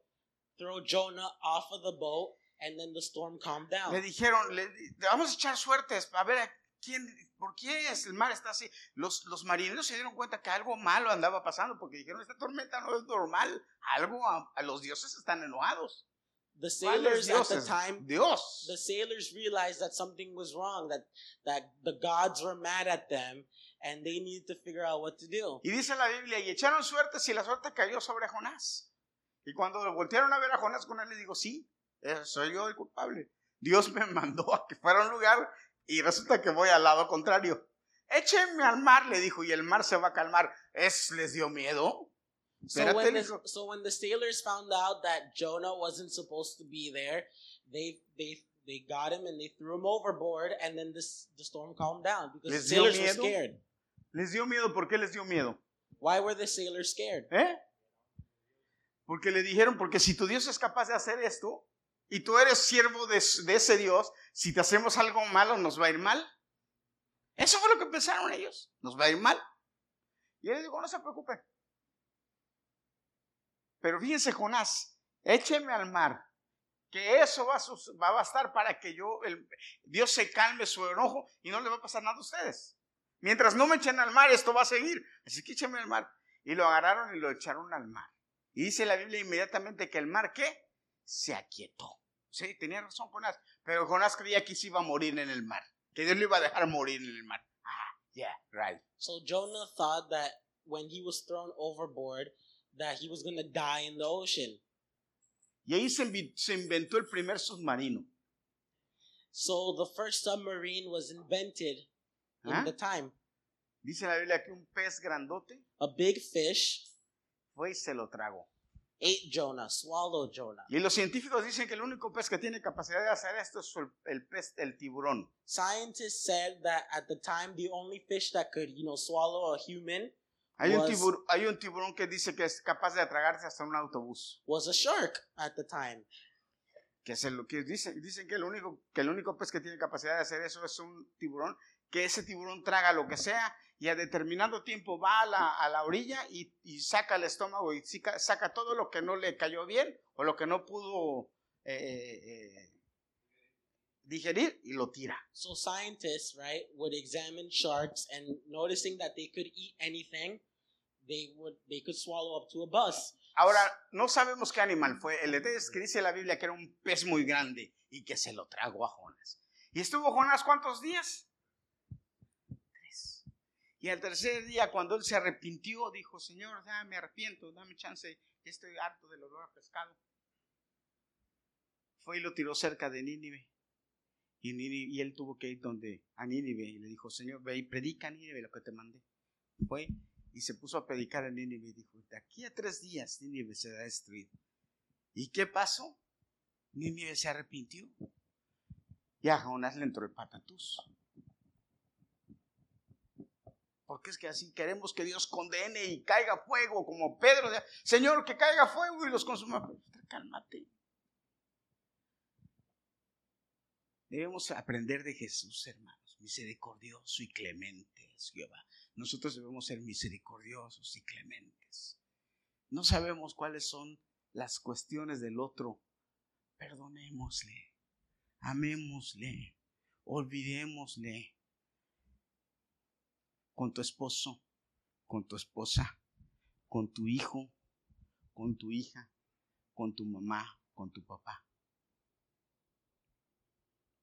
throw Jonah off of the boat, and then the storm calmed down. Le dijeron, le, di- vamos a echar suertes a ver a quién, ¿Por qué es? El mar está así. Los, los marineros se dieron cuenta que algo malo andaba pasando porque dijeron, esta tormenta no es normal. Algo, a, a los dioses están enojados. The ¿Cuáles sailors at the dioses? time, Dios. the sailors realized that something was wrong, that, that the gods were mad at them and they needed to figure out what to do. Y dice la Biblia, y echaron suertes y la suerte cayó sobre Jonás. Y cuando voltearon a ver a Jonás con él, le digo, sí, eh, soy yo el culpable. Dios me mandó a que fuera a un lugar y resulta que voy al lado contrario. Échenme al mar, le dijo, y el mar se va a calmar. Es, les dio miedo. So when, Espérate, the, dijo. so when the sailors found out that Jonah wasn't supposed to be there, they they they got him and they threw him overboard, and then this the storm calmed down because Les the dio sailors were miedo? scared. Les dio miedo, ¿por qué les dio miedo? Why were the sailors scared? ¿Eh? Porque le dijeron, porque si tu Dios es capaz de hacer esto, y tú eres siervo de, de ese Dios, si te hacemos algo malo, nos va a ir mal. Eso fue lo que pensaron ellos, nos va a ir mal. Y él dijo, no se preocupen. Pero fíjense, Jonás, écheme al mar, que eso va a, sus- va a bastar para que yo, el- Dios se calme su enojo y no le va a pasar nada a ustedes. Mientras no me echen al mar, esto va a seguir. Así que écheme al mar. Y lo agarraron y lo echaron al mar. Y dice la Biblia inmediatamente que el mar, ¿qué? Se aquietó. Sí, tenía razón Jonás. Pero Jonás creía que se iba a morir en el mar. Que Dios lo iba a dejar morir en el mar. Ah, yeah, right. So Jonah thought that when he was thrown overboard, that he was gonna die in the ocean. Y ahí se, invi- se inventó el primer submarino. So the first submarine was invented in ¿Ah? the time. Dice la Biblia que un pez grandote A big fish fue y se lo tragó. ate Jonah, swallowed Jonah. Y los científicos dicen que el único pez que tiene capacidad de hacer esto es el, el pez, el tiburón. Scientists said that at the time, the only fish that could, you know, swallow a human Hay un, Was- tibur- hay un tiburón que dice que es capaz de tragarse hasta un autobús. was a shark at the time. que es lo que dicen, dicen que el único que el único pez que tiene capacidad de hacer eso es un tiburón, que ese tiburón traga lo que sea y a determinado tiempo va a la, a la orilla y, y saca el estómago y sica- saca todo lo que no le cayó bien o lo que no pudo eh, eh, digerir y lo tira. So scientists, right, would examine sharks and noticing that they could eat anything, they would they could swallow up to a bus. Ahora, no sabemos qué animal fue. El detalle es que dice la Biblia que era un pez muy grande y que se lo tragó a Jonás. ¿Y estuvo Jonás cuántos días? Tres. Y al tercer día, cuando él se arrepintió, dijo, Señor, dame, me arrepiento, dame chance, ya estoy harto del olor a pescado. Fue y lo tiró cerca de Nínive. Y, Nínive- y él tuvo que ir donde, a Nínive y le dijo, Señor, ve y predica a Nínive lo que te mandé. Fue y se puso a predicar en Nínive y dijo, de aquí a tres días Nínive será destruido. ¿Y qué pasó? Nínive se arrepintió. Y a Jonás le entró el patatús. Porque es que así queremos que Dios condene y caiga fuego, como Pedro. de- Señor, que caiga fuego y los consuma. Cálmate. Debemos aprender de Jesús, hermanos, misericordioso y clemente es Jehová. Nosotros debemos ser misericordiosos y clementes. No sabemos cuáles son las cuestiones del otro. Perdonémosle, amémosle, olvidémosle. Con tu esposo, con tu esposa, con tu hijo, con tu hija, con tu mamá, con tu papá.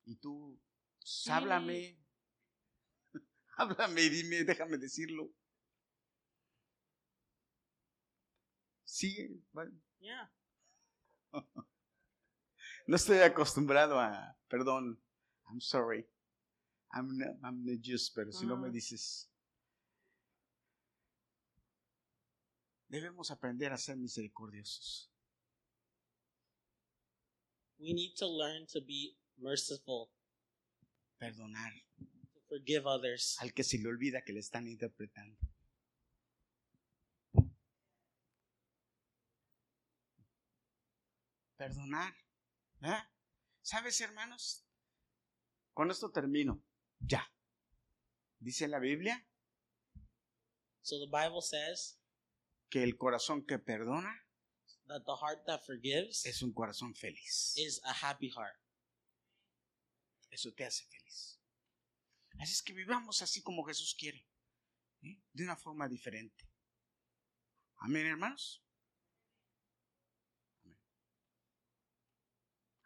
Y tú, pues, háblame, <laughs> Háblame y dime, déjame decirlo. Sigue. va- Yeah. No estoy acostumbrado a. Perdón. I'm sorry. I'm not, I'm not just, pero si no me Ujú. dices. Debemos aprender a ser misericordiosos. We need to learn to be merciful, Perdonar to forgive others. al que se le olvida que le están interpretando. Perdonar. ¿verdad? ¿Sabes, hermanos? Con esto termino. Ya. Dice la Biblia So the Bible says que el corazón que perdona that the heart that forgives es un corazón feliz. is a happy heart. Eso te hace feliz. Así es que vivamos así como Jesús quiere, ¿eh? de una forma diferente. Amén, hermanos. Amén.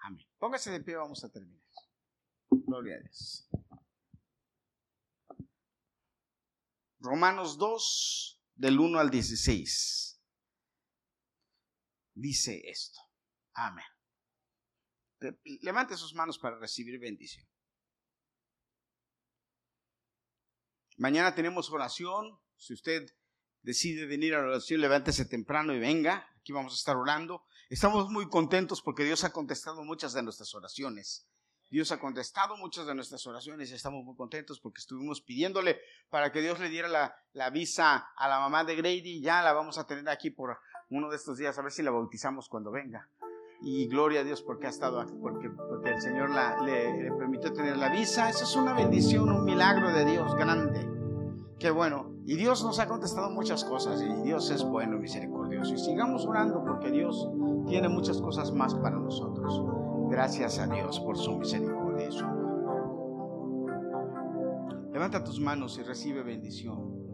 Amén. Póngase de pie, vamos a terminar. Gloria a Dios. Romanos 2, del 1 al 16. Dice esto. Amén. Levante sus manos para recibir bendición. Mañana tenemos oración. Si usted decide venir a la oración, levántese temprano y venga. Aquí vamos a estar orando. Estamos muy contentos porque Dios ha contestado muchas de nuestras oraciones. Dios ha contestado muchas de nuestras oraciones y estamos muy contentos porque estuvimos pidiéndole para que Dios le diera la, la visa a la mamá de Grady. Ya la vamos a tener aquí por uno de estos días, a ver si la bautizamos cuando venga y gloria a Dios porque ha estado aquí, porque, porque el Señor la, le, le, permitió tener la visa. Eso es una bendición, un milagro de Dios grande. Qué bueno. Y Dios nos ha contestado muchas cosas y Dios es bueno, misericordioso. Y sigamos orando porque Dios tiene muchas cosas más para nosotros. Gracias a Dios por su misericordia y su amor. Levanta tus manos y recibe bendición.